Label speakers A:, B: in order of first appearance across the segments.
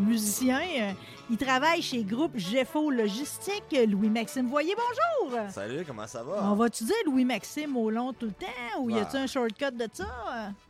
A: musicien. Euh, Il travaille chez Groupe GFO Logistique. Louis-Maxime Voyer, bonjour!
B: Salut, comment ça
A: On
B: va?
A: va-tu dire Louis-Maxime au long tout le temps ou y
B: Ah. Ouais.
A: a-tu un shortcut de ça?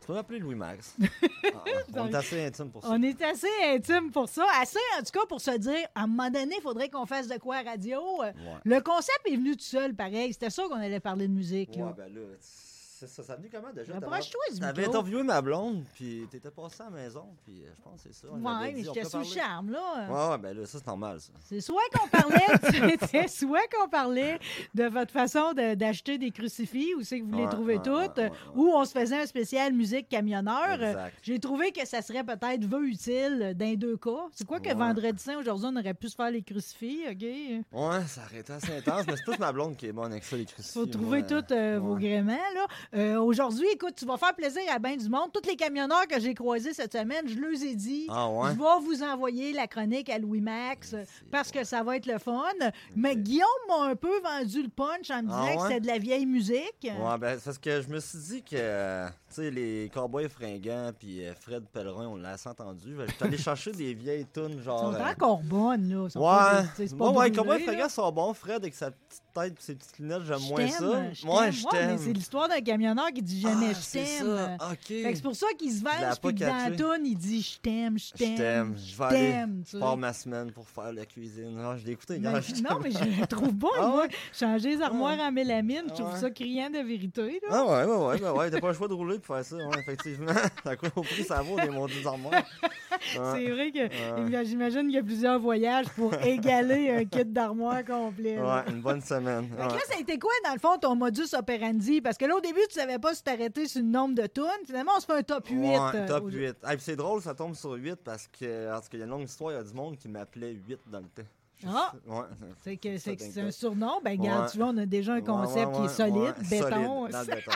B: Tu peux m'appeler Louis-Max. Ah, on est assez intime pour ça.
A: On est assez intime pour ça. Assez, en tout cas, pour se dire, à un moment donné, il faudrait qu'on fasse de quoi à radio. Euh,
B: Ouais.
A: Le concept est venu tout seul, pareil. C'était sûr qu'on allait parler de musique. là.
B: Ouais, ben là, c'est ça. Ça a venu comment déjà? T'avais-
A: Approche-toi du
B: T'avais
A: micro.
B: interviewé ma blonde, puis t'étais passé à la maison, puis euh, je pense que c'est ça. on
A: Ouais,
B: l'avait
A: mais
B: dit, on
A: j'étais
B: peut
A: sous le
B: parler.
A: charme, là.
B: Ouais, ouais, ben là, ça c'est normal, ça.
A: C'est soit qu'on parlait, c'était soit qu'on parlait de votre façon de- d'acheter des crucifix, où c'est que vous les
B: Ouais,
A: trouvez
B: ouais,
A: toutes,
B: ouais, ouais, ouais.
A: ou on se faisait un spécial musique camionneur.
B: Exact.
A: J'ai trouvé que ça serait peut-être vœu utile d'un deux cas. C'est quoi que
B: Ouais.
A: vendredi saint, aujourd'hui, on aurait pu se faire les crucifix, OK?
B: Ouais, ça aurait été assez intense, mais c'est plus ma blonde qui est bonne avec ça, les crucifix.
A: Faut trouver
B: moi.
A: tous euh, vos
B: ouais.
A: gréments, là. Euh, aujourd'hui, écoute, tu vas faire plaisir à bien du monde. Tous les camionneurs que j'ai croisés cette semaine, je leur ai dit,
B: Ah ouais?
A: je vais vous envoyer la chronique à Louis Max euh,
B: C'est
A: parce que ça va être le fun. Mais
B: Ok.
A: Guillaume m'a un peu vendu le punch en me disant
B: Ah
A: que
B: ouais?
A: c'était de la vieille musique.
B: Ouais, ben, c'est parce que je me suis dit que, euh, tu sais, les Cowboys fringants puis euh, Fred Pellerin, on l'a assez entendu. Ben, J'étais allé chercher des vieilles tunes,
A: Ils
B: genre.
A: sont
B: euh,
A: encore bonnes, là. Ils sont pas des- tu sais,
B: Ouais,
A: c'est pas
B: ouais, ouais,
A: brûlé,
B: Cowboys
A: là.
B: fringants sont bons. Fred, avec sa petite tête pis ses petites lunettes, j'aime
A: Je
B: moins ça.
A: t'aime, je
B: Ouais,
A: t'aime.
B: je
A: Ouais, mais c'est
B: t'aime.
A: l'histoire d'un camionneur qui dit jamais
B: Ah,
A: je
B: c'est
A: t'aime.
B: ça,
A: Fait que c'est
B: ok.
A: pour ça qu'il se
B: l'ai
A: venge,
B: pas
A: puis que dans la
B: catché.
A: toune, il dit je t'aime, je
B: Je
A: t'aime.
B: t'aime. Je vais aller.
A: t'aime, tu
B: Je pars
A: sais.
B: ma semaine pour faire la cuisine. Ah, je l'ai écouté
A: Mais-
B: hier. je t'aime.
A: non, mais je le trouve bon,
B: Ah
A: moi.
B: ouais?
A: Changer les armoires
B: Ah
A: en mélamine, je
B: Ah
A: trouve
B: ouais.
A: ça criant de vérité. Là.
B: Ah ouais, ouais, ouais, ben ouais, t'as pas le choix de rouler pour faire ça, ouais, effectivement. T'as quoi au prix, ça vaut des mon des armoires. Ah Ouais,
A: C'est vrai que
B: Ouais.
A: j'imagine qu'il y a plusieurs voyages pour égaler un kit d'armoire complet. là.
B: ouais, une bonne semaine.
A: Fait que
B: ouais.
A: là, ça a été quoi, dans le fond, ton modus operandi? Parce que là, au début, tu savais pas si t'arrêtais sur le nombre de tunes. Finalement, on se fait un top 8.
B: Ouais,
A: euh,
B: top
A: au-
B: 8. Ah, puis c'est drôle, ça tombe sur 8 parce que, parce qu'il y a une longue histoire, il y a du monde qui m'appelait 8 dans le temps. Je-
A: Ah!
B: Ouais.
A: C'est que c'est que
B: dingue,
A: c'est un
B: ça.
A: surnom. Ben, regarde,
B: Ouais.
A: tu vois, on a déjà un
B: Ouais,
A: concept
B: ouais,
A: qui est
B: ouais,
A: solide,
B: ouais,
A: béton.
B: solide, dans le béton.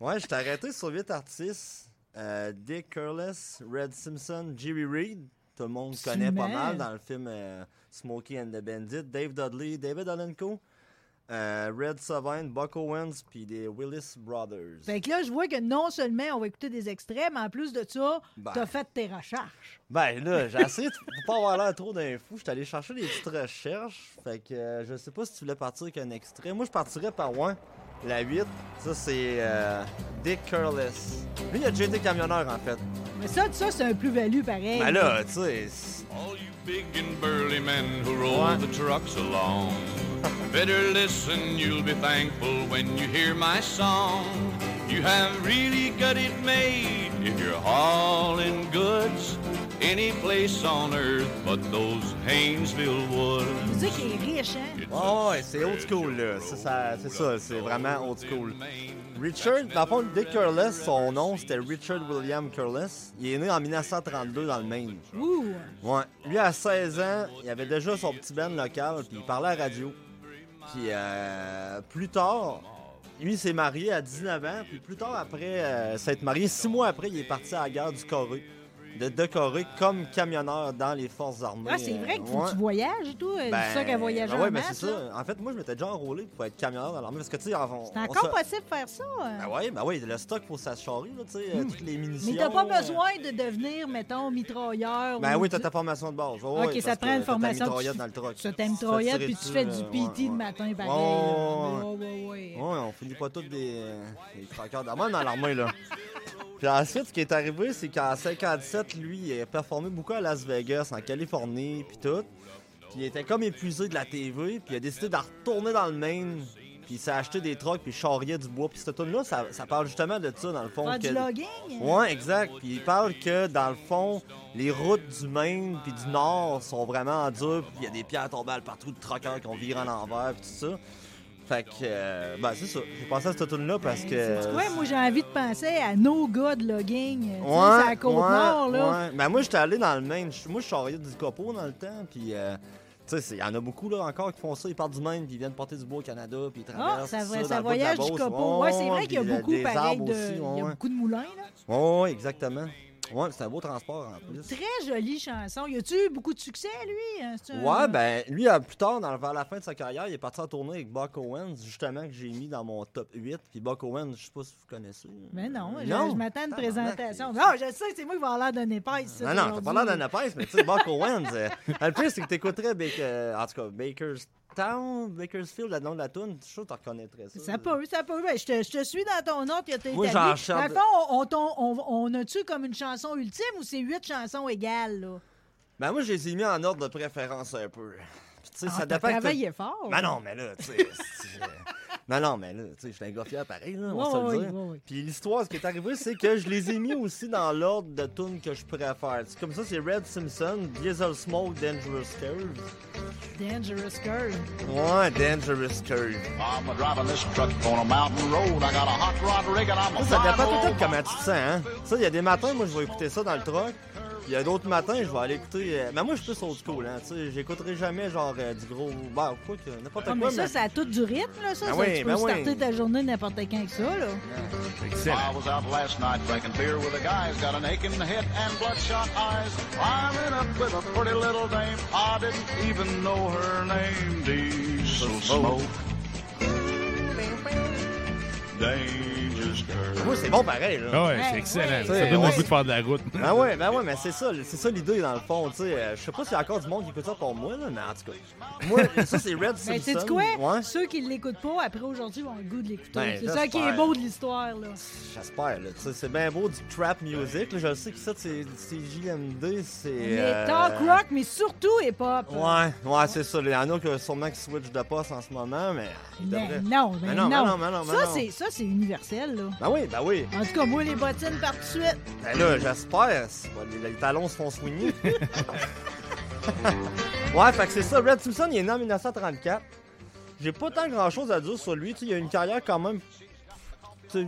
B: Ouais, j'étais arrêté sur 8 artistes. Euh, Dick Curless, Red Simpson, Jerry Reed. Tout le monde
A: Tu
B: connaît pas
A: mets.
B: mal dans le film euh, Smokey and the Bandit. Dave Dudley, David Allenco, euh, Red Savine, Buck Owens, puis des Willis Brothers.
A: Fait que là, je vois que non seulement on va écouter des extraits, mais en plus de ça,
B: Ben.
A: t'as fait tes recherches.
B: Ben là, j'ai essayé de pour pas avoir l'air trop d'un fou. J'étais allé chercher des petites recherches. Fait que euh, je sais pas si tu voulais partir avec un extrait. Moi, je partirais par un. La 8, ça c'est euh, Dick Curless. Lui, il a déjà été camionneur en fait.
A: Mais ça, ça c'est un plus-value pareil.
B: Ben là, tu sais. c'est-
C: All you big and burly men who roll
B: What?
C: the trucks along, better listen, you'll be thankful when you hear my song. You have really got it made if you're hauling goods any place on earth but those Haynesville
A: La
C: woods.
A: musique est riche, hein?
C: It's
B: Ouais,
C: a
B: Oh, ouais, c'est old school là. Ça, ça- c'est ça, c'est vraiment old school.
C: Maine
B: Richard,
C: that's
B: dans le fond,
C: never,
B: Dick Curless,
C: ever,
B: son
C: ever
B: nom c'était
C: seen.
B: Richard William Curless. Il est né en 1932 dans le Maine.
A: Ouh!
B: Ouais. Lui, à 16 ans, il avait déjà son petit band local, puis il parlait à la radio. Puis euh, plus tard, lui, il s'est marié à 19 ans, puis plus tard, après euh, s'être marié, six mois après, il est parti à la guerre du Corée, de, de Corée, comme camionneur dans les forces armées.
A: Ah, c'est vrai que
B: euh,
A: tu,
B: ouais.
A: tu voyages et tout. euh,
B: Ben,
A: c'est ça qu'elle voyageait
B: ben ouais,
A: en
B: ben
A: masse,
B: c'est
A: là.
B: ça. En fait, moi, je m'étais déjà enrôlé pour être camionneur dans l'armée, parce que, tu sais, on-
A: C'est
B: on
A: encore
B: se-
A: possible de faire ça. euh.
B: Ben ouais, ben ouais, le stock, faut s'acharrer, là, tu sais, euh, toutes les munitions.
A: Hmm. Mais t'as pas
B: euh,
A: besoin de devenir, mettons, mitrailleur.
B: Ben
A: ou
B: oui,
A: du-
B: t'as ta formation de base. Ouais,
A: Ok,
B: ouais,
A: ça
B: parce
A: te prend
B: que
A: une
B: t'as ta
A: formation.
B: mitraillette
A: tu-
B: dans le truck.
A: Ça, t'as une
B: Ça te
A: mitraillette,
B: tire
A: puis tu
B: dessus,
A: fais
B: euh,
A: du
B: ouais,
A: PT
B: ouais.
A: le matin, pareil.
B: Ouais,
A: là. Ouais, ouais,
B: Ouais,
A: ouais.
B: on finit pas tous des, euh, des croqueurs d'amande dans l'armée, là. Puis ensuite, ce qui est arrivé, c'est qu'en 57, lui, il a performé beaucoup à Las Vegas, en Californie, puis tout. Puis il était comme épuisé de la TV, puis il a décidé de retourner dans le Maine. Puis il s'est acheté des trucks, puis il charriait du bois. Puis cette tune-là, ça, ça parle justement de ça, dans le fond.
A: Faire du
B: que-
A: logging? hein?
B: Ouais, exact. Puis il parle que dans le fond, les routes du Maine puis du Nord sont vraiment dures. Puis il y a des pierres tombales partout de troqueurs qui ont viré en envers puis tout ça. Fait que, euh, ben c'est ça. J'ai pensé à cette tune là parce que.
A: Ouais, moi j'ai envie de penser à nos gars de logging. Tu sais,
B: Ouais,
A: c'est à côte
B: ouais,
A: nord, là.
B: ouais. Ben moi, j'étais allé dans le Maine. Je- Moi, je charriais du copeau dans le temps. Puis, euh, tu sais, c'est- il y en a beaucoup là encore qui font ça. Ils partent du Maine puis ils viennent porter du bois au Canada puis ils
A: Ah,
B: traversent.
A: ça,
B: tout
A: va- ça
B: dans le bout de la
A: voyage du
B: Beauce.
A: copeau. Ouais, c'est vrai qu'il y a
B: puis, euh,
A: beaucoup,
B: des
A: pareil,
B: arbres
A: de.
B: aussi,
A: il y
B: ouais,
A: a
B: ouais.
A: beaucoup de moulins, là.
B: Ouais, ouais, exactement. Ouais, c'est un beau transport en plus.
A: Très jolie chanson. Y a-tu eu beaucoup de succès, lui? hein, C'est un-
B: Ouais, ben lui, euh, plus tard, dans- vers la fin de sa carrière, il est parti en tournée avec Buck Owens, justement, que j'ai mis dans mon top 8. Puis Buck Owens, je sais pas si vous connaissez. hein.
A: Mais non, je-
B: Non.
A: je, m'attends à une
B: Tabarnak,
A: présentation.
B: c'est-
A: Non, je sais, c'est moi qui vais avoir l'air d'un épaisse. ça,
B: Non, non, t'as pas
A: aujourd'hui.
B: l'air d'un apaise, mais tu sais, Buck Owens. euh, le plus, c'est que t'écouterais, Baker- euh, en tout cas, Bakerstown, Bakersfield, le nom de la tune, je suis sûr que t'en reconnaîtrais ça.
A: Ça peut, ça peut. Ben, je, te, je te suis dans ton ordre que t'as
B: Moi,
A: établi.
B: j'en chante-
A: Dans le fond, on, on, t'en- on- on a-tu comme une chanson ultime ou c'est huit chansons égales, là?
B: Ben moi, je les ai mis en ordre de préférence un peu. Puis tu sais,
A: Ah,
B: ça
A: t'as
B: dépend. que t'as-
A: travaillé fort.
B: Ben non, mais là, tu sais. c'est- Non, non, mais là, tu sais, je suis un gars fier pareil, là, on va
A: Ouais,
B: se le
A: ouais,
B: dire.
A: ouais, ouais.
B: Puis l'histoire, ce qui est arrivé, c'est que je les ai mis aussi dans l'ordre de tunes que je pourrais faire. C'est comme ça, c'est Red Simpson, Diesel Smoke, Dangerous Curve.
A: Dangerous Girl.
B: Ouais, Dangerous Curve.
D: I'm a driving this truck on a mountain road. I got a hot rod rig and I'm a
B: Ça, ça dépend
D: flying
B: tout
D: over
B: de comment tu te sens, hein. Ça, il y a des matins, moi, je vais écouter ça dans le truck. Puis Il y a d'autres matins, je vais aller écouter. euh, Mais moi, je suis plus old school, hein. Tu sais, j'écouterai jamais, genre, euh, du gros. Bah, quoi que, n'importe
A: Ah, mais
B: quoi.
A: ça,
B: mais-
A: ça a tout du rythme, là, ça.
B: Ben
A: ça,
B: oui,
A: tu peux
B: ben oui.
A: starter ta journée n'importe quand avec ça, là.
D: I was out last night drinking beer with the guys, got an aching head and bloodshot eyes. I ran up with a pretty little dame, I didn't even know her name. Diesel
B: Oh,
D: smoke, dangerous girl.
B: Moi, c'est bon pareil, là.
E: Ah ouais,
A: Ouais,
E: c'est excellent.
B: ouais,
E: Ça donne
B: ouais.
E: envie de faire de la route.
B: Ben ouais, ben ouais, mais c'est ça, c'est ça l'idée dans le fond, tu sais. Euh, Je sais pas s'il y a encore du monde qui écoute ça pour moi, là, mais en tout cas. Moi, ça c'est Red Simpson.
A: Ben, tu quoi?
B: Ouais,
A: Ceux qui ne l'écoutent pas, après aujourd'hui, vont le goût de l'écouter.
B: Ben,
A: c'est ça qui est
B: j'espère.
A: beau de l'histoire, là.
B: j'espère, là. Tu sais, c'est bien beau du trap music, là. Je le sais que ça, c'est c'est JMD, c'est.
A: Mais
B: euh,
A: talk rock, mais surtout hip-hop.
B: Ouais, ouais, c'est ça. Il y en a qui ont sûrement qui switch de poste en ce moment, mais. ils
A: Mais
B: devraient-
A: non, mais
B: Mais
A: non.
B: non, mais non, mais non, mais
A: ça,
B: non.
A: c'est, ça, c'est universel, là.
B: Ben oui, ben oui.
A: En tout cas, moi, les bottines par tout de suite.
B: Ben là, j'espère. C'est pas- Les, les talons se font soigner. ouais, fait que c'est ça. Red Simpson, il est né en 1934. J'ai pas tant grand chose à dire sur lui. Tu sais, il a une carrière quand même. Tu sais,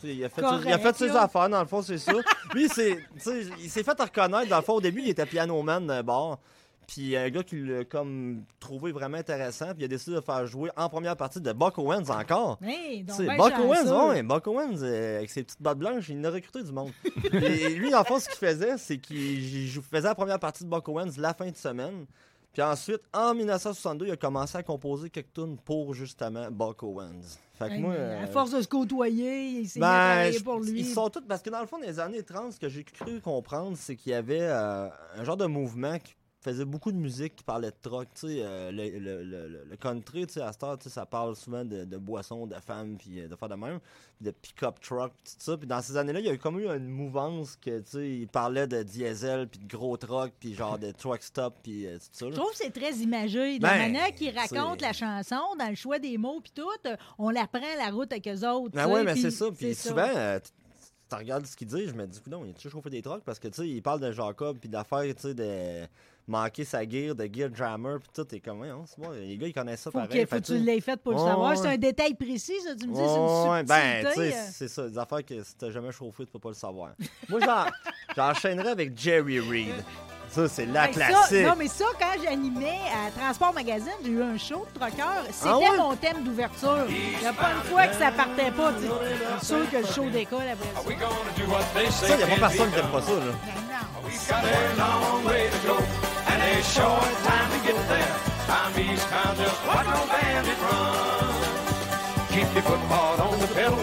B: tu sais, il a fait,
A: Correct,
B: il a fait ses
A: là.
B: affaires, dans le fond, c'est ça. lui, c'est, tu sais, il s'est fait reconnaître. Dans le fond, au début, il était piano man d'un bar. Puis un gars qui l'a comme trouvé vraiment intéressant, puis il a décidé de faire jouer en première partie de Buck Owens encore.
A: Hey, donc,
B: C'est
A: ben
B: Buck
A: chanceux.
B: Owens, ouais, Buck Owens, euh, avec ses petites bottes blanches, il en a recruté du monde. Et lui, en fond, ce qu'il faisait, c'est qu'il j- je faisais la première partie de Buck Owens la fin de semaine. Puis ensuite, en 1962, il a commencé à composer quelques tunes pour justement Buck Owens. Fait que
A: Hey,
B: moi.
A: Ben, À
B: euh,
A: force de se côtoyer, il s'est mis à
B: ben,
A: travailler
B: je-
A: pour lui.
B: ils sont tous. Parce que dans le fond, dans les années 30, ce que j'ai cru comprendre, c'est qu'il y avait euh, un genre de mouvement qui faisait beaucoup de musique qui parlait de troc. Tu sais, euh, le, le- le- le- le country, tu sais, à cette heure, tu sais, ça parle souvent de, de boissons, de femmes, puis euh, de faire de même, puis de pick-up truck, puis tout ça. Puis dans ces années-là, il y a eu comme eu une mouvance que, tu sais, il parlait de diesel, puis de gros truck, puis genre de truck stop, puis euh, tout ça. là.
A: Je trouve que c'est très imagé. La
B: Ben,
A: manière qu'ils racontent
B: c'est-
A: la chanson, dans le choix des mots puis tout, euh, on la prend la route avec eux autres.
B: Ah
A: tu sais,
B: ouais, mais
A: puis
B: c'est ça. Puis souvent, euh, tu tu regardes ce qu'il dit, je me dis, non, il a toujours chauffé des trucks parce que, tu sais, il parle de Jacob, puis d'affaires, tu sais, de manquer sa gear, de gear jammer, puis tout. T'es comme, hein, c'est bon, les gars, ils connaissent ça
A: Faut
B: pareil.
A: que, faut que tu l'aies fait pour le
B: Ouais,
A: savoir.
B: ouais.
A: C'est un détail précis, ça, tu me dis, c'est
B: Oh,
A: une
B: ouais,
A: subtilité.
B: ben, tu sais,
A: euh.
B: c'est ça, des affaires que si t'as jamais chauffé, tu peux pas le savoir. Moi, j'en- j'enchaînerais avec Jerry Reed. Ça, c'est la
A: Hey, Ben, ça,
B: classique.
A: non, mais ça, quand j'animais à Transport Magazine, j'ai eu un show de trockeur. C'était
B: Ah ouais?
A: mon thème d'ouverture. Il n'y a pas une fois que ça partait pas. tu sais. Je suis sûr que le show décolle après
B: Ah
A: ça.
C: We're gonna do what they say.
B: Ça, y a pas
C: can't be
B: personne qui aime pas ça, là.
A: Ben non.
C: We've got a long way to go and a short time to get there. Time eastbound, just watch no bandit run. Keep your foot hard on the pedal.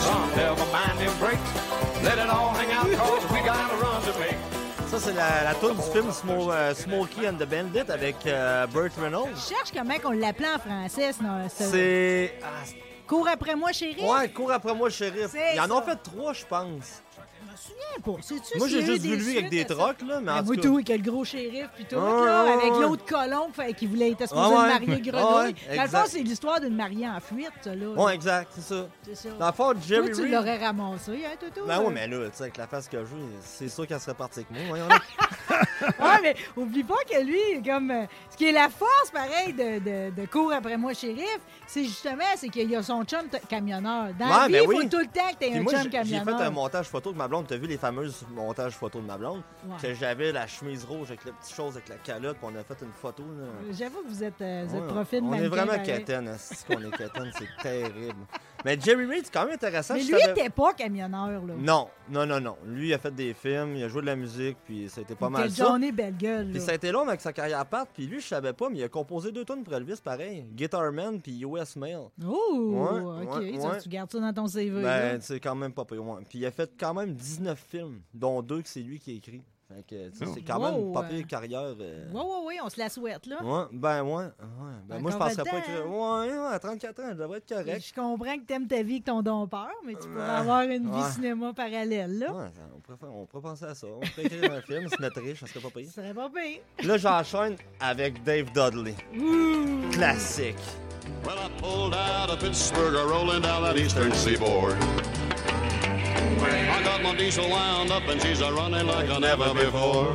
C: Some never mind them brakes. Let it all hang out, cause we got a run to make.
B: Ça, c'est la, la toune du film Smo- euh, Smokey and the Bandit avec euh, Burt Reynolds.
A: Je cherche comment on l'appelait en français, sinon, ce-
B: C'est. ah, c'est-
A: Cours après moi, chérie.
B: Ouais, cours après moi, shérif.
A: C'est
B: Ils en ont
A: ça.
B: fait trois, je pense.
A: Je me souviens pas. Sais-tu
B: Moi,
A: s'il
B: j'ai
A: y a eu
B: juste
A: des
B: vu lui avec des
A: suites à ça?
B: trocs, là, mais
A: Ah,
B: en
A: moi,
B: tout
A: tout,
B: cas.
A: avec le gros shérif, puis tout,
B: Ah,
A: là,
B: ouais,
A: avec
B: ouais.
A: l'autre colon fait, qui voulait être supposé
B: Ah, ouais.
A: marier
B: Ah,
A: grenouille.
B: ouais,
A: Dans le
B: exact.
A: fond, c'est l'histoire d'une mariée en fuite, ça, là.
B: Ouais, exact, c'est ça.
A: c'est ça.
B: Dans le fond,
A: Toi,
B: Jerry
A: tu
B: Reed.
A: l'aurais ramassé, hein, Toto?
B: Ben ouais, mais là, tu sais, avec la face que je joue, c'est sûr qu'elle serait partie avec moi. voyons là.
A: Ouais, mais oublie pas que lui, comme. euh, Ce qui est la force, pareil, de, de, de cours après moi, shérif, c'est justement c'est qu'il y a son chum t- camionneur. Dans la
B: Ouais,
A: vie,
B: ben
A: il faut
B: oui.
A: tout le temps que t'aies
B: Puis
A: un
B: moi,
A: chum
B: j'ai- j'ai
A: camionneur.
B: fait un montage photo de ma blonde. T'as vu les fameuses montages photos de ma blonde?
A: Ouais.
B: Que j'avais la chemise rouge avec la petite chose, avec la calotte, puis on a fait une photo. Là.
A: J'avoue que vous êtes, euh, vous êtes
B: Ouais,
A: profil
B: on est
A: mannequin,
B: vraiment
A: pareil.
B: quétaine. C'est qu'on est quétaine, c'est terrible. Mais Jerry Reed, c'est quand même intéressant.
A: Mais
B: je
A: lui,
B: savais-
A: n'était pas camionneur, là.
B: Non, non, non, non. Lui, il a fait des films, il a joué de la musique, puis c'était pas mal
A: Quel
B: ça.
A: Johnny Bellegueule,
B: Puis
A: là.
B: ça a été long avec sa carrière à part, puis lui, je savais pas, mais il a composé deux tonnes pour Elvis, pareil. Guitar Man, puis US Mail.
A: Oh,
B: Ouais,
A: OK.
B: ouais,
A: ça,
B: ouais.
A: Tu gardes ça dans ton CV. là.
B: Ben, c'est quand même pas pire, ouais. Puis il a fait quand même 19 films, dont deux que c'est lui qui a écrit. Fait que, tu sais,
C: Oh.
B: c'est quand
A: Wow,
B: même une pas
A: euh,
B: pire carrière. euh,
A: Ouais, ouais, ouais, on se la souhaite, là.
B: Ouais, ben ouais. ouais. Ben, moi, je
A: Encore
B: penserais pas
A: dedans,
B: écrire.
A: hein?
B: Ouais, ouais, à 34 ans, je devrais être correct.
A: Je comprends que t'aimes ta vie avec ton don peur, mais tu pourrais
B: Ouais.
A: avoir une vie
B: Ouais.
A: cinéma parallèle, là.
B: Ouais, on, pourrait faire- on pourrait penser à ça. On pourrait écrire un film, si on était riche, ça serait pas
A: Ce
B: pire.
A: serait pas pire.
B: Là, j'enchaîne avec Dave Dudley.
A: Ouh!
B: Classique.
C: Well, I pulled out of Pittsburgh, a rolling down that eastern seaboard. I got my diesel wound up and she's a running like I never before.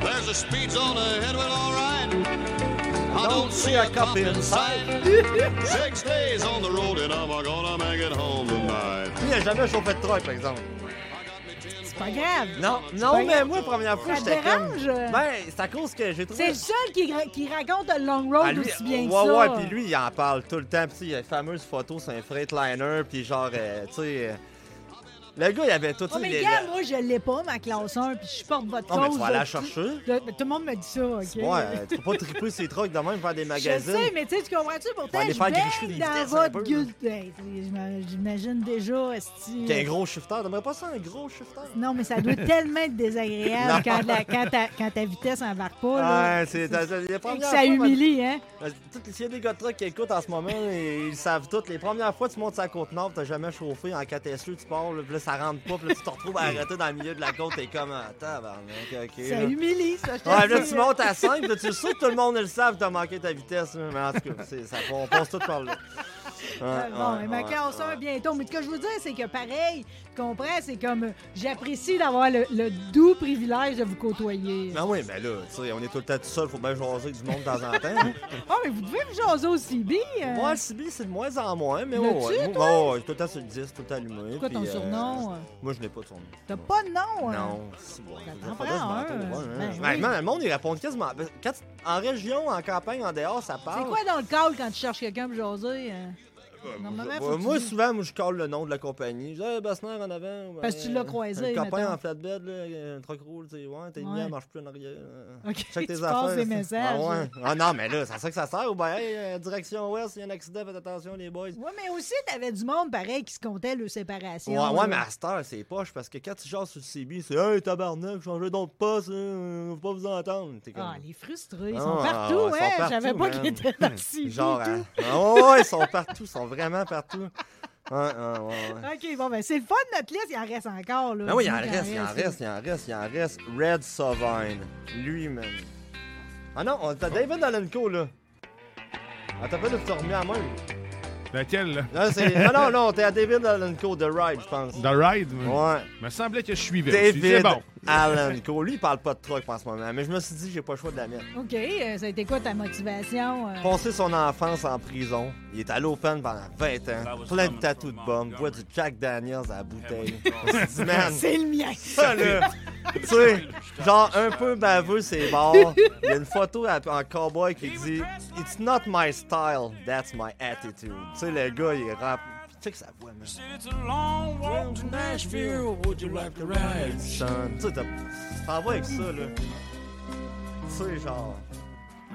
C: There's a speed zone ahead, well, all right. I don't see a cop inside. Six days on the road and I'm gonna make it home tonight.
B: Lui, il a jamais chauffé de truck, par exemple.
A: C'est pas grave.
B: Non, non,
A: Ben,
B: mais moi, première fois,
A: ça te
B: j'étais comme.
A: dérange? euh.
B: Ben, c'est à cause que j'ai trouvé.
A: C'est le seul qui, ra- qui raconte le long road
B: Ah, lui,
A: aussi bien que
B: ouais,
A: ça.
B: ouais, puis lui, il en parle tout le temps. Puis tu sais, il y a une fameuse photo sur un Freightliner, puis genre, euh, tu sais... euh, le gars, il avait tout...
A: Oh, mais gars, moi, je l'ai pas, ma classe 1, puis je porte votre
B: Oh,
A: cause.
B: mais tu vas aller
A: là,
B: la
A: tu-
B: chercher.
A: là, mais tout le monde me dit ça, OK?
B: Ouais, euh, tu peux pas triper ses trucks de même vers des
A: Je
B: magazines.
A: sais, mais tu sais, tu comprends-tu? Pourtant,
B: aller
A: je
B: faire gricher
A: baigne
B: des
A: dans
B: vitesses un
A: votre
B: peu,
A: gueule. Hey, tu sais, j'ma- J'imagine déjà, esti. euh,
B: Qu'un gros shifter, t'aimerais pas ça, un gros shifter?
A: Non, mais ça doit tellement être désagréable quand, la- quand ta, quand ta vitesse embarque pas. là.
B: Ouais, c'est... t'as- t'as- les
A: Et que
B: premières
A: ça
B: fois, man-
A: humilie, hein?
B: Parce que toutes- S'il y a des gars de truck qui écoutent en ce moment, ils, ils savent tout. Les premières fois, tu montes sur la côte nord, t'as jamais chauffé, en 4 SE, tu pars, là, puis là, ça rentre pas, puis là, tu te retrouves arrêté dans le milieu de la côte, t'es comme, attends, ok, ok.
A: Ça
B: là.
A: humilie, ça. je te
B: Ouais,
A: le
B: là,
A: dis,
B: tu
A: là.
B: montes à 5, là, tu sais que tout le monde le savent, t'as manqué ta vitesse, là, mais en tout cas, c'est- ça, on passe tout par là. Ouais,
A: Euh, Bon,
B: ouais,
A: mais ma
B: ouais,
A: classe
B: ouais.
A: 1 bientôt. Mais ce que je veux dire, c'est que pareil, tu comprends, c'est comme euh, j'apprécie d'avoir le, le doux privilège de vous côtoyer.
B: Non, Ben oui, mais là, tu sais, on est tout le temps tout seul, faut bien jaser avec du monde de temps en temps. hein.
A: Ah, mais vous devez me jaser aussi bien. euh.
B: Moi, le CB, c'est de moins en moins, mais ouais,
A: L'as-tu,
B: ouais.
A: toi?
B: Moi, ouais, ouais, tout le temps sur le 10, tout le temps allumé.
A: C'est quoi ton
B: puis, euh,
A: surnom? euh?
B: Moi, je n'ai pas de surnom.
A: T'as pas de nom? hein?
B: Non, c'est bon.
A: Ça
B: Il
A: t'en
B: faudrait que je
A: prend
B: m'en
A: un,
B: trouve un,
A: ben
B: hein.
A: oui.
B: Ben, man, Le monde, il répond quasiment. ben, Quand tu- en région, en campagne, en dehors, ça parle.
A: C'est quoi dans le call quand tu cherches quelqu'un pour jaser? hein? Normalement, faut
B: Ouais,
A: que tu
B: moi,
A: dises-
B: souvent, moi, je colle le nom de la compagnie. Je dis, hey, Bassner en avant. ouais,
A: Parce que tu l'as
B: euh,
A: croisé,
B: Un copain
A: mettons.
B: en flatbed, là, un truck roule, tu sais. Ouais, t'es mis,
A: Ouais.
B: elle marche plus en arrière. euh,
A: Ok,
B: Check tes
A: tu
B: affaires.
A: passes des
B: ça.
A: messages.
B: Ah, ouais. ah non, mais là, c'est à ça que ça sert. Ou ben, hey, euh, direction ouest, il y a un accident, faites attention, les boys.
A: Ouais, mais aussi, t'avais du monde pareil qui se comptait leur séparation.
B: Ouais,
A: là.
B: ouais, mais à cette heure, c'est poche parce que quand tu jases sur le CB, c'est Hey, tabarnak, changez donc de poste, hein, on veut pas vous entendre. T'es comme.
A: Ah, les frustrés, ils
B: Ah,
A: sont
B: ouais,
A: partout,
B: ouais, ils
A: hein?
B: sont
A: J'avais
B: partout,
A: pas
B: man.
A: qu'ils étaient dans le CB
B: Genre,
A: et tout.
B: hein. Ah, ouais, ouais, ils sont partout, ils sont vraiment partout. Ouais, ouais, ouais, ouais.
A: OK, bon, ben, c'est le fun de notre liste. Il en reste encore, là.
B: Ah oui, il en
A: Dis-moi qu'il
B: reste, il en reste, il en reste, il en reste. Red Sovine, lui-même. Ah non, on- t'as David Alenko, là. Ah, t'as pas de te remis à main.
E: Laquelle, là?
B: Là, c'est... Non, non, non, t'es à David Alenko, The Ride, je pense.
E: The Ride?
B: Ouais.
E: me semblait que je suivais. Je me suis dit,
B: David
E: C'est bon.
B: Alenko. Lui, il parle pas de truck en ce moment, mais je me suis dit, j'ai pas le choix de la mettre.
A: OK, euh, ça a été quoi ta motivation? euh?
B: Passé son enfance en prison, il est allé au pen pendant 20 ans, plein de tatous de bombe, boit du Jack Daniels à la bouteille. Je me suis dit, man,
A: C'est le mien.
B: ça, là. tu sais, genre un peu baveux, c'est mort. Il y a une photo à- en cowboy qui dit It's not my style, that's my attitude. Tu sais, le gars, il rap. Tu sais que ça voix, man.
F: It's a long walk to Nashville. Would you like to ride?
B: Son. Tu sais, t'as- t'en vas avec ça, là. Tu sais, genre.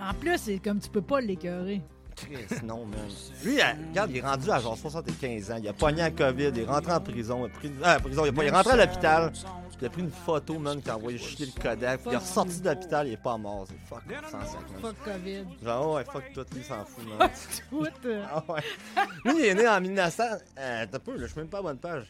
A: En plus, c'est comme tu peux pas l'écœurer.
B: Chris, non, man. Lui, elle- regarde, il est rendu à genre 75 ans. Il a pogné la COVID, il est rentré en prison. Il, a pris, ah, prison, il, a pas- il est rentré à l'hôpital. Il a pris une photo, man, qui a envoyé chier le Kodak. Il est ressorti de l'hôpital, il est pas mort. C'est fuck, on s'en sac, man.
A: Fuck COVID.
B: Genre, oh, ouais, fuck tout, lui, il s'en fout, man.
A: Tout. euh,
B: Ah ouais. Lui, il est né en 1900. Euh, T'as peu, là, je suis même pas à bonne page.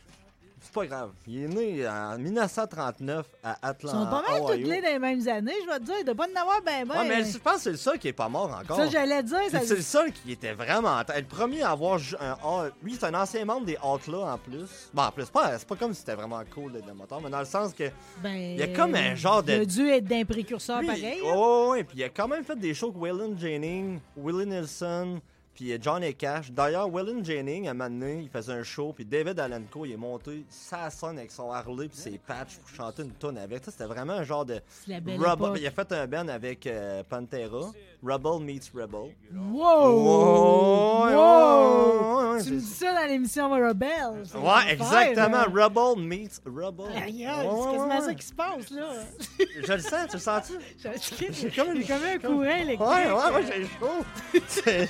B: C'est pas grave. Il est né en 1939 à
A: Ils
B: Atlanta.
A: sont pas mal toutes
B: Ohio.
A: les dans les mêmes années, je vais te dire. De pas en avoir ben ben.
B: ah, oh. Ouais, mais je pense que c'est le seul qui est pas mort encore.
A: ça, j'allais dire. Ça...
B: Puis C'est le seul qui était vraiment. Le premier à avoir ju- un A. Lui, c'est un ancien membre des Outlaws en plus. Bon, en plus, pas- c'est pas comme si c'était vraiment cool d'être le moteur, mais dans le sens que.
A: Ben,
B: il y a comme un genre de- Oh.
A: Il a dû être d'un précurseur
B: Lui,
A: pareil.
B: ouais,
A: hein.
B: ouais, ouais. Puis il a quand même fait des shows avec Waylon Jennings, Willie Nelson, puis euh, Johnny Cash. D'ailleurs, Waylon Jennings, à un moment donné, il faisait un show, puis David Alenco, il est monté sa scène avec son Harley puis ses patchs pour chanter une tonne avec. Ça, c'était vraiment un genre de...
A: C'est la belle
B: Rubble-
A: époque.
B: Il a fait un band avec euh, Pantera, Rebel meets Rebel.
A: Wow!
B: Wow! Ouais, ouais, ouais, ouais,
A: tu
B: c'est-
A: me dis ça dans l'émission Rebelle. c'est
B: Ouais,
A: une affaire,
B: exactement.
A: là.
B: Rebel meets Rebel.
A: Aïe,
B: Ouais,
A: aïe,
B: ouais,
A: c'est quasiment
B: ouais.
A: ça qui se passe, là.
B: Je le sens, tu le sens-tu?
A: J'ai
B: J'ai comme une-
A: comme un courant électrique.
B: Ouais, ouais, ouais, j'ai chaud. C'est-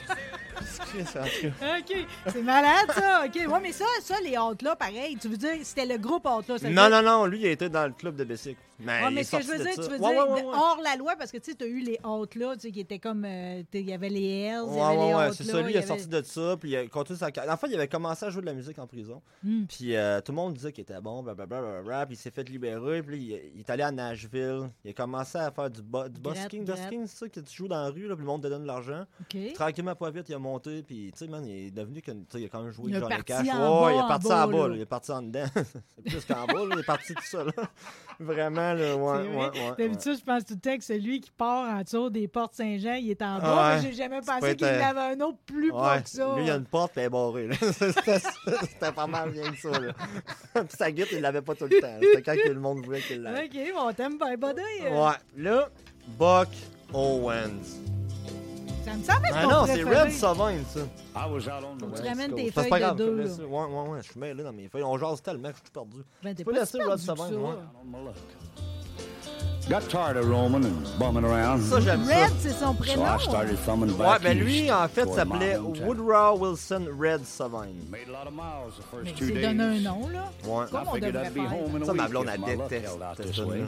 B: C'est- en tout cas.
A: OK, c'est malade, ça. OK, ouais, mais ça, ça les hauts-là, pareil, tu veux dire, c'était le groupe hauts-là. ça veut
B: Non,
A: dire-
B: non, non, lui, il était dans le club de Bessic.
A: Ouais,
B: Mais, il est
A: mais ce que je veux
B: sorti de
A: dire,
B: ça.
A: tu veux
B: Ouais,
A: dire
B: ouais, ouais,
A: de-
B: ouais.
A: hors la loi, parce que tu sais, tu as eu les hauts-là, tu sais, qui étaient comme. euh, t'es- Il y avait les Hells, il y avait
B: Ouais,
A: les
B: ouais, ouais,
A: hauts-là,
B: c'est ça. Lui,
A: il
B: il
A: y
B: est
A: avait-
B: sorti de ça, puis il a continué sa carrière. En fait, il avait commencé à jouer de la musique en prison.
A: Hmm.
B: Puis euh, tout le monde disait qu'il était bon, blablabla, blablabla, puis il s'est fait libérer, puis il, il est allé à Nashville. Il a commencé à faire du, bo- du
A: Gratte,
B: busking.
A: gratte.
B: Busking, c'est ça que tu joues dans la rue, là, puis le monde te donne de l'argent.
A: OK.
B: Tranquillement, pas vite, il a monté, puis tu sais, man, il est devenu que, tu sais, il a quand même joué
A: Il est
B: Johnny
A: parti
B: Cash. Ouais,
A: en bas,
B: il
A: en
B: est parti
A: bas,
B: en bas,
A: là.
B: là, il est parti en dedans. c'est plus qu'en bas, là, il est parti tout seul. Vraiment, là,
A: C'est
B: ouais,
A: vrai.
B: ouais, ouais. ouais.
A: D'habitude, je pense tout le temps que celui qui part en dessous des portes Saint-Jean, il est en bas.
B: Ouais.
A: mais J'ai jamais
B: peut
A: pensé
B: être,
A: qu'il
B: euh,
A: en avait un autre plus bas que ça.
B: Lui, il a une porte, puis elle est barrée. là. C'était c'était pas mal bien que ça. Là. puis sa guitare, il l'avait pas tout le temps. C'était quand que le monde voulait qu'il l'avait.
A: OK, bon, t'aimes bien Buddy. euh,
B: Ouais. Là, Buck Owens.
A: Ça me semble être
B: Ah
A: ton
B: non, c'est
A: préféré.
B: Red Savine, ça.
D: I was out on the
A: Faut que
D: road.
A: tu ramènes
B: Let's
A: tes
B: go. Ça,
A: feuilles
B: c'est pas
A: de
B: grave, je
A: deux.
B: te
A: là.
B: laisse- Ouais, ouais, ouais. Je suis mêlé dans mes feuilles. On jase tellement que je suis perdu.
A: Ben, t'es
B: peux
A: pas
B: laisser
A: si
B: Rod
A: perdu que
B: Savin,
A: ça.
B: ouais.
D: on Oh, my luck. Got tired of roaming and bumming around.
B: Ça, j'aime ça.
A: Red, c'est son
D: So
A: prénom.
D: I started thumbing back
B: Ouais, ben lui,
D: east
B: en fait,
D: toward
B: s'appelait
D: my hometown.
B: Woodrow Wilson Red Savine.
D: Made a lot of miles the first
A: Mais
D: two
A: c'est
D: days.
A: donné un nom, là.
B: Ouais.
A: Comme on
D: Figured
A: devrait
D: I'd be
A: faire.
D: home in a
B: Ça, ma
D: week
B: blonde,
D: if
B: elle
D: my luck
B: déteste
D: held out
B: cette
D: this
B: tune-là.
D: way.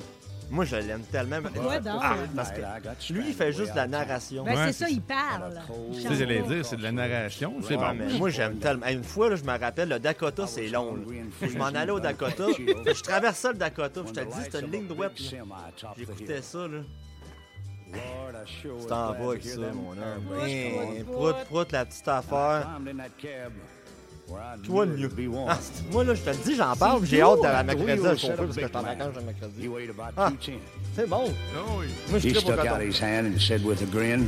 B: Moi, je l'aime tellement.
A: Pourquoi donc?
B: Ah, parce que lui, il fait juste de la narration.
A: Ben,
E: Ouais,
A: c'est ça,
E: c'est-
A: il parle. Il
E: Tu sais,
A: chante
E: j'allais
A: pas.
E: dire, c'est de la narration. C'est
B: Ouais,
E: bon.
B: mais moi, j'aime tellement. Hey, Une fois, là, je me rappelle, le Dakota, c'est long. là. Je m'en allais au Dakota. je traversais le Dakota. Je te le dis, c'est une ligne droite. là. J'écoutais ça, là. Tu t'en vas avec ça, mon homme.
A: Ouais, je
B: Hey,
A: crois pas.
B: prout, prout, la petite affaire. Toi, le mieux. Ah, c'est- moi, là, je te le dis, j'en parle, j'ai hâte de la mercredi à chauffer parce que je suis en vacances, je mercredi. Ah. C'est bon.
E: Non, Oh oui.
B: Moi, je
D: He
B: suis au
D: stuck out
B: coton.
D: his hand and said with a grin,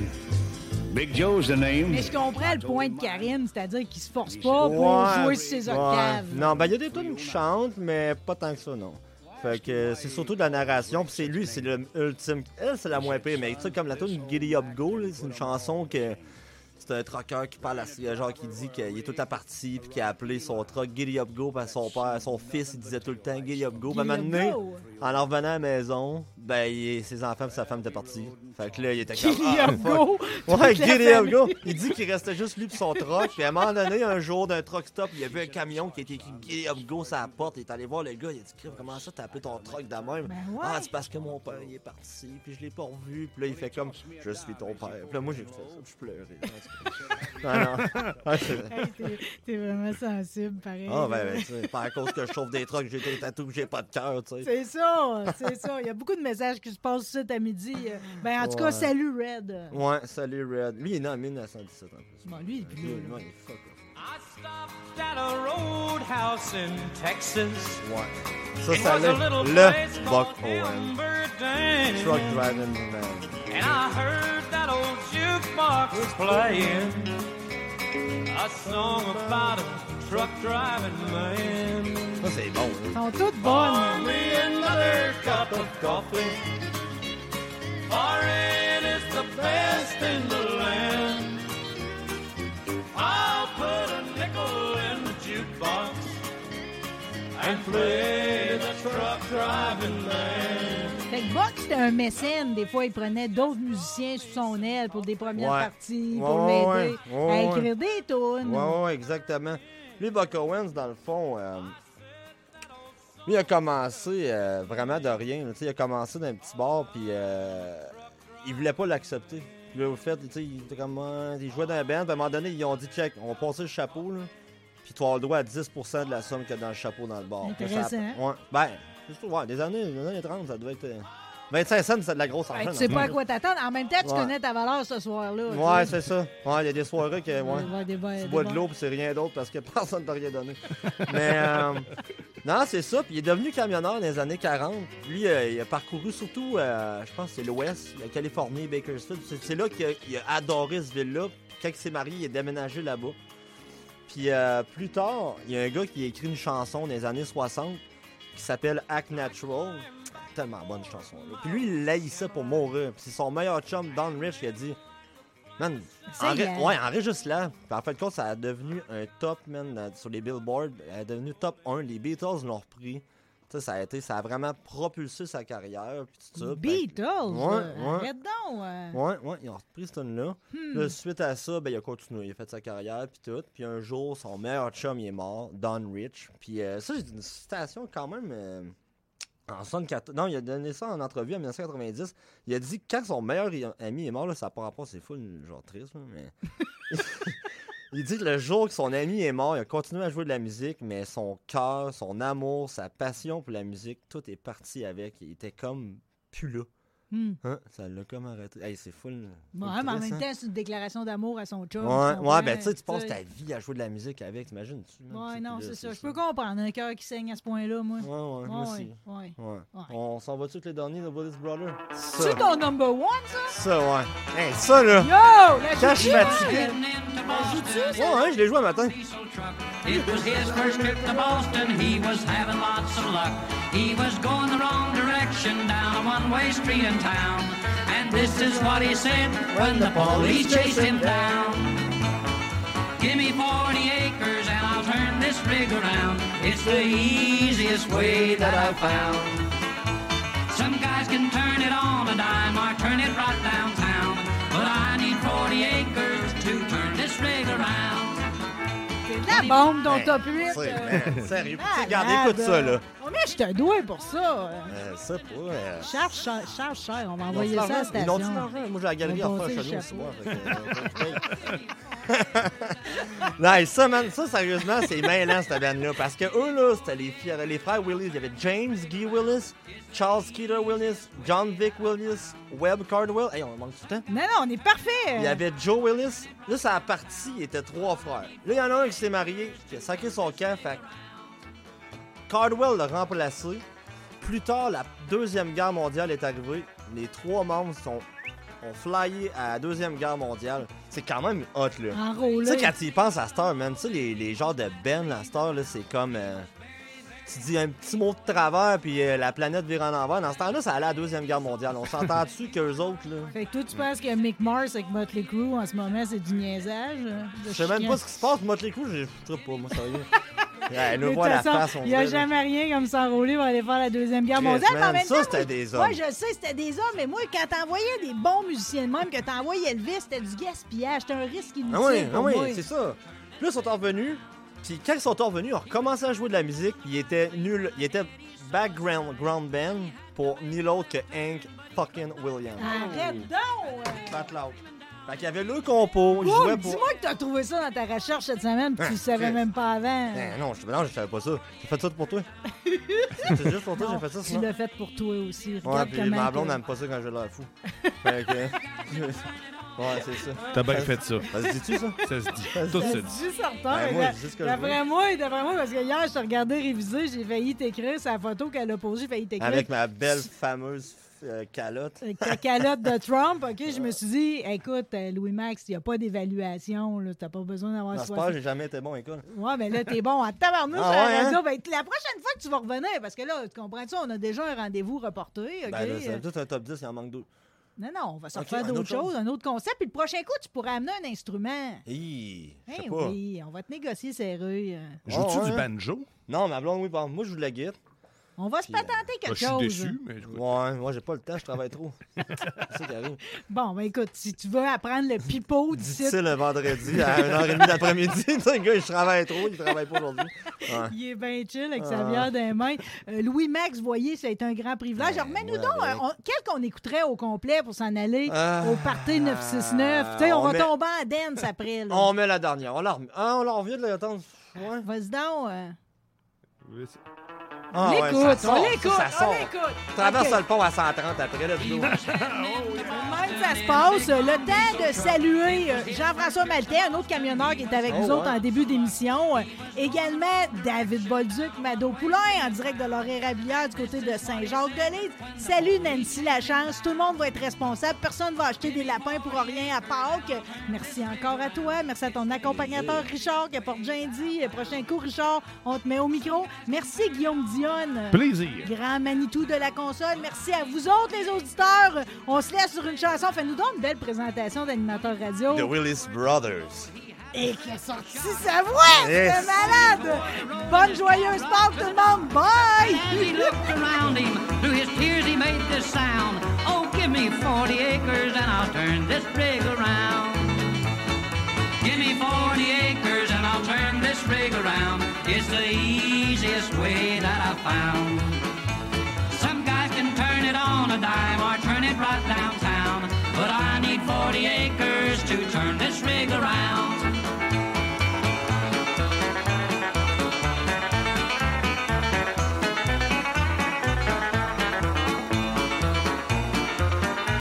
D: Big Joe's the name.
A: Mais je comprends le point de Karine, c'est-à-dire qu'il se force pas pour
B: Ouais,
A: jouer sur ses
B: ouais.
A: octaves.
B: Non, ben, il y a des tunes qui chantent, mais pas tant que ça, non. Fait que euh, c'est surtout de la narration, puis c'est lui, c'est le ultime. Elle, c'est la moins pire, mais tu sais, comme la tune Giddy Up Go, là, c'est une chanson que. C'est un trucker qui parle à ce genre qui dit qu'il est tout à partie, puis qui a appelé son truck Giddy Up Go, parce que son père, son fils, il disait tout le temps Giddy Up Go. Ben,
A: Giddy Up
B: maintenant,
A: Go.
B: en en revenant à la maison, ben, il- ses enfants et sa femme étaient partis. Fait que là, il était comme.
A: Giddy
B: ah,
A: Up
B: fuck.
A: Go,
B: Ouais,
A: toute la
B: Giddy Up
A: famille.
B: Go. Il dit qu'il restait juste lui pis son truck. Puis à un moment donné, un jour d'un truck stop, il y avait un camion qui était écrit Giddy Up Go sur la porte. Il est allé voir le gars, il a dit Crif, comment ça t'as appelé ton truck de même
A: Ben ouais.
B: Ah, c'est parce que mon père il est parti, puis je l'ai pas revu. Puis là, il fait comme Je suis ton père. Puis là, moi, j'ai fait ça, puis je pleurais. Non, non. Ah, c'est-
A: Hey, t'es- T'es vraiment sensible, pareil.
B: Ah, ben, ben, tu sais, pas à cause que je chauffe des trucks, j'ai des tatous, j'ai pas de cœur, tu sais.
A: C'est ça, c'est ça. Il y a beaucoup de messages qui se passent cet à midi. Ben, en tout
B: Ouais.
A: cas, salut, Red.
B: Ouais, salut Red. Lui, il est né en 1917 en plus.
A: Bon, lui, il est plus là, là.
B: Ouais, il fuck off.
G: I stopped at a roadhouse in Texas.
B: Ouais. Ça,
G: It
B: ça
G: was a little
B: l'est.
G: place
B: Le Buck
G: called
B: Owens.
G: Hilberton.
B: Truck driving euh, man.
G: And I heard that old jukebox was playing a song about a truck driving man.
B: Ça, c'est bon.
A: Ils sont toutes bonnes.
G: Me another cup of coffee. Foreign is the best in the land. I'll put a nickel in the jukebox and play the truck driving man.
A: Fait que Buck, c'était un mécène. Des fois, il prenait d'autres musiciens sous son aile pour des premières
B: Ouais.
A: parties,
B: Ouais,
A: pour
B: ouais,
A: l'aider
B: ouais. Ouais,
A: à
B: ouais.
A: écrire des tunes.
B: Ouais, ouais, exactement. Lui, Buck Owens, dans le fond, euh, lui, il a commencé euh, vraiment de rien. là. Tu sais, Il a commencé d'un petit bar, puis euh, il voulait pas l'accepter. Puis là, au fait, tu sais, il, était comme, euh, il jouait dans un band, puis à un moment donné, ils ont dit check, on va passer le chapeau, là, puis tu as le droit à 10% de la
A: hein?
B: somme qu'il y a dans le chapeau dans le bar. Puis là, ça-
A: Intéressant.
B: ouais, ben, juste, ouais, des années, des années 30, ça devait être. euh, 25 cents, c'est de la grosse
A: Ben,
B: argent.
A: tu sais
B: dans
A: pas à
B: ce
A: quoi t'attendre. En même temps, tu
B: Ouais.
A: connais ta valeur ce soir-là. tu
B: Ouais,
A: sais.
B: c'est ça. Ouais, il y a des soirées que. Ouais.
A: Ouais, des bo-
B: tu
A: des
B: bois de
A: bo-
B: l'eau, puis c'est rien d'autre parce que personne t'a rien donné. Mais. euh, non, c'est ça. Puis il est devenu camionneur dans les années 40. Lui, euh, il a parcouru surtout, euh, je pense, que c'est l'Ouest, la Californie, Bakersfield. C'est, c'est là qu'il a, il a adoré cette ville-là. Quand il s'est marié, il est déménagé là-bas. Puis euh, plus tard, il y a un gars qui a écrit une chanson des années 60 qui s'appelle Act Natural. Tellement bonne chanson. là. Puis lui, il l'haïssait pour mourir. Puis c'est son meilleur chum, Don Rich, qui a dit Man,
A: Ça y est.
B: enre- ouais, enregistre là. Puis en fait, compte, ça a devenu un top, man, euh, sur les billboards. Elle est devenue top 1. Les Beatles l'ont repris. Tu sais, ça a été, ça a vraiment propulsé sa carrière. Puis tout ça.
A: Beatles. euh,
B: ben. ouais.
A: Arrête donc. euh.
B: Ouais, ouais, ils ont repris cette tune-là. Là, suite à ça, ben, il a continué, il a fait sa carrière, puis tout. Puis un jour, son meilleur chum, il est mort, Don Rich. Puis euh, ça, c'est une citation quand même. euh, en 74. Non, il a donné ça en entrevue en 1990. Il a dit que quand son meilleur i- ami est mort, là, ça par rapport, c'est fou, genre triste, là, mais. Il dit que le jour que son ami est mort, il a continué à jouer de la musique, mais son cœur, son amour, sa passion pour la musique, tout est parti avec. Il était comme plus là.
A: Hmm.
B: Hein, ça l'a comme arrêté. Hey, c'est full.
A: Bon,
B: full
A: hein, mais en
B: triste,
A: même
B: hein.
A: temps, c'est une déclaration d'amour à son chum.
B: Ouais,
A: son
B: ouais, ben
A: frère,
B: tu sais, tu passes
A: sais.
B: ta vie à jouer de la musique avec, t'imagines-tu? man?
A: Ouais,
B: C'est
A: non,
B: plus là,
A: c'est ça. Je peux comprendre un cœur qui saigne à ce point-là, moi.
B: Ouais, ouais, moi
A: Ouais,
B: aussi.
A: ouais.
B: Ouais. On s'en va-tu avec les derniers de Buddhist Brother? Ça,
A: C'est ton number one, ça?
B: ça, ouais. Hey, ça, là!
A: Yo! La
B: Quand je suis
A: Julie,
B: fatigué.
A: ouais.
B: Ouais, ouais, je l'ai joué un matin.
H: It was his first trip to Boston. He was having lots of luck. He was going the wrong direction down a one-way street in town. And this is what he said when the police chased him down. Give me 40 acres and I'll turn this rig around. It's the easiest way that I've found. Some guys can turn it on a dime or turn it right downtown. But I need 40 acres to turn this rig around.
A: C'est de la bombe, ton
B: Hey,
A: top 8.
B: Ben, C'est-
A: euh,
B: man, Sérieux. Tu sais,
A: malade.
B: regarde, écoute ça, là.
A: Oh, mais je te dois pour ça. euh.
B: Euh, ça, pour. Euh...
A: Charge, cher- charge cher, on va
B: Ils ont-tu
A: envoyer ça à la
B: l'argent? Ils
A: station.
B: ont-tu l'argent? Moi, j'ai la galerie
A: On
B: en
A: va
B: face
A: passer
B: chez
A: le
B: nous ce
A: chapeau.
B: soir. euh, fait que, euh, nice. Ça, man, ça, sérieusement, c'est mêlant, cette bande-là. Parce que eux, là, c'était les, fi- les frères Willis. Il y avait James Guy Willis, Charles Skeeter Willis, John Vic Willis, Webb Cardwell. Hey, on manque du temps.
A: Non, non, on est parfait. euh.
B: Il y avait Joe Willis. Là, ça a parti. Il était trois frères. Là, il y en a un qui s'est marié, qui a sacré son camp. Fait que Cardwell l'a remplacé. Plus tard, la Deuxième Guerre mondiale est arrivée. Les trois membres sont, ont flyé à la Deuxième Guerre mondiale. C'est quand même hot, là.
A: Ah,
B: Tu
A: Enrôlé.
B: sais, quand tu y penses à cette heure, man, tu sais, les, les genres de Ben à cette heure, là, c'est comme. euh, tu dis un petit mot de travers, puis euh, la planète vire en envers. Dans ce temps-là, ça allait à la Deuxième Guerre mondiale. On s'entend dessus qu'eux autres, là.
A: Fait que toi, tu penses que Mick Mars avec Motley Crue en ce moment, c'est du niaisage? euh, de
B: Je sais même
A: chicane?
B: pas ce qui se passe, moi, les coups, je je sais pas, moi, sérieux. Elle
A: De
B: nous
A: toute
B: voit la
A: façon,
B: face, on
A: Il n'y a
B: dirait, là.
A: jamais rien comme s'enrôler pour aller faire la Deuxième Guerre
B: Chris,
A: mondiale. mais en
B: man,
A: même
B: ça,
A: temps,
B: c'était
A: moi-
B: des
A: Moi,
B: hommes.
A: je sais, c'était des hommes, mais moi, quand t'envoyais des bons musiciens de même, que t'envoyais Elvis, c'était du gaspillage. C'était un risque inutile.
B: Ah oui, ah
A: pour
B: oui,
A: moi.
B: c'est ça. Puis là, ils sont revenus, puis quand ils sont revenus, ils ont recommencé à jouer de la musique, puis ils étaient nuls, ils étaient background ground band pour nul autre que Hank fucking Williams.
A: Arrête donc! euh.
B: Fat Loud. Fait qu'il y avait le compo, ils
A: Paul,
B: jouaient pour...
A: dis-moi que t'as trouvé ça dans ta recherche cette semaine, puis tu
B: Ah,
A: le savais
B: Chris.
A: même pas avant.
B: Eh, non, je, non, je savais pas ça. J'ai fait ça pour toi. C'est juste pour toi, j'ai fait ça,
A: Tu
B: sinon.
A: l'as fait pour toi aussi.
B: Ouais,
A: Regarde
B: puis
A: comment
B: ma blonde,
A: que-
B: elle aime pas ça quand je l'air fou. Fait que... Ouais, c'est ça.
E: T'as bien fait ça.
B: Ça se dit-tu, ça?
E: Ça se dit. Tout se dit.
A: Dis sortant,
B: Ben,
A: mais
B: moi,
A: d'a-
B: je dis ce que je
A: D'après moi, d'après moi, parce que hier, je te regardais réviser, j'ai failli t'écrire sa photo qu'elle a posée, j'ai failli t'écrire.
B: Avec ma belle fameuse euh, calotte.
A: Avec ta calotte de Trump, OK, je me suis dit, écoute, euh, Louis-Max, il n'y a pas d'évaluation, là, t'as pas besoin d'avoir
B: J'espère que
A: soif.
B: j'ai jamais été bon à l'école.
A: Ouais, mais là, t'es bon en tabarnouche
B: Ah
A: à
B: ouais,
A: la
B: hein?
A: radio. Ben, t- la prochaine fois que tu vas revenir, parce que là, tu comprends-tu, on a déjà un rendez-vous reporté, OK?
B: Ben là, c'est tout un top 10, il en manque deux.
A: Non, non, on va s'en
B: Ok,
A: faire
B: un
A: d'autres
B: autre chose.
A: choses, un autre concept. Puis le prochain coup, tu pourrais amener un instrument.
B: Hi, je sais
A: Eh
B: pas.
A: oui, on va te négocier euh. serreux.
E: Joues-tu
B: Ouais,
E: du
B: ouais.
E: banjo?
B: Non, ma blonde, oui, par moi, je joue de la guitare.
A: On va
B: euh,
A: se patenter
E: Ah,
A: quelque
E: Je suis
A: chose. hein.
E: déçu, mais écoute,
B: Ouais, moi, j'ai pas le temps, je travaille trop. c'est ça qui arrive.
A: Bon, ben écoute, si tu veux apprendre le pipeau d'ici,
B: Difficile le vendredi à 1h30 d'après-midi. Tu sais, le gars, il travaille trop, il travaille pas aujourd'hui. Ouais.
A: il est bien chill avec sa
B: hein. Ah.
A: bière dans les mains. Euh, Louis-Max, voyez, ça a été un grand privilège.
B: Ben,
A: Remets-nous
B: moi,
A: donc,
B: avec.
A: un- on- quel qu'on écouterait au complet pour s'en aller
B: Ah.
A: au party 969. Tu sais, on,
B: On
A: va
B: met-
A: tomber en dance après. là.
B: On met la hein, dernière, on la remet. Ah, on la revient de l'attendre. Ouais.
A: Vas-y donc. euh,
E: Oui, c'est-
B: Ah, ouais,
A: l'écoute,
B: ça
A: on
B: sort,
A: l'écoute,
B: ça
A: on
B: sort.
A: l'écoute.
B: Traverse
A: OK.
B: le pont à 130 après, let's go.
A: Même ça se passe. euh, Le temps de saluer euh, Jean-François Maltais, un autre camionneur qui est avec
B: Oh,
A: nous autres
B: ouais.
A: en début d'émission. Euh, Également David Bolduc, Mado Poulain, en direct de l'Orée-Rabière du côté de Saint-Jacques-de-Lise. Salut Nancy Lachance. Tout le monde va être responsable. Personne ne va acheter des lapins pour rien à Pâques. Merci encore à toi. Merci à ton accompagnateur Richard qui apporte Jindy. Prochain coup, Richard, on te met au micro. Merci Guillaume Dionne.
E: Plaisir.
A: Grand Manitou de la console, merci à vous autres, les auditeurs. On se laisse sur une chanson. Fais-nous donc une belle présentation d'animateur radio.
B: The Willis Brothers.
A: Et qui a sorti sa voix!
B: Yes.
A: C'est malade! Bonne joyeuse Pâques, tout le monde! Bye!
H: As he looked around him, through his tears he made this sound. Oh, give me 40 acres and I'll turn this rig around. Give me 40 acres and I'll turn this rig around. It's the easiest way that I found. Some guys can turn it on a dime or turn it right downtown. But I need 40 acres to turn this rig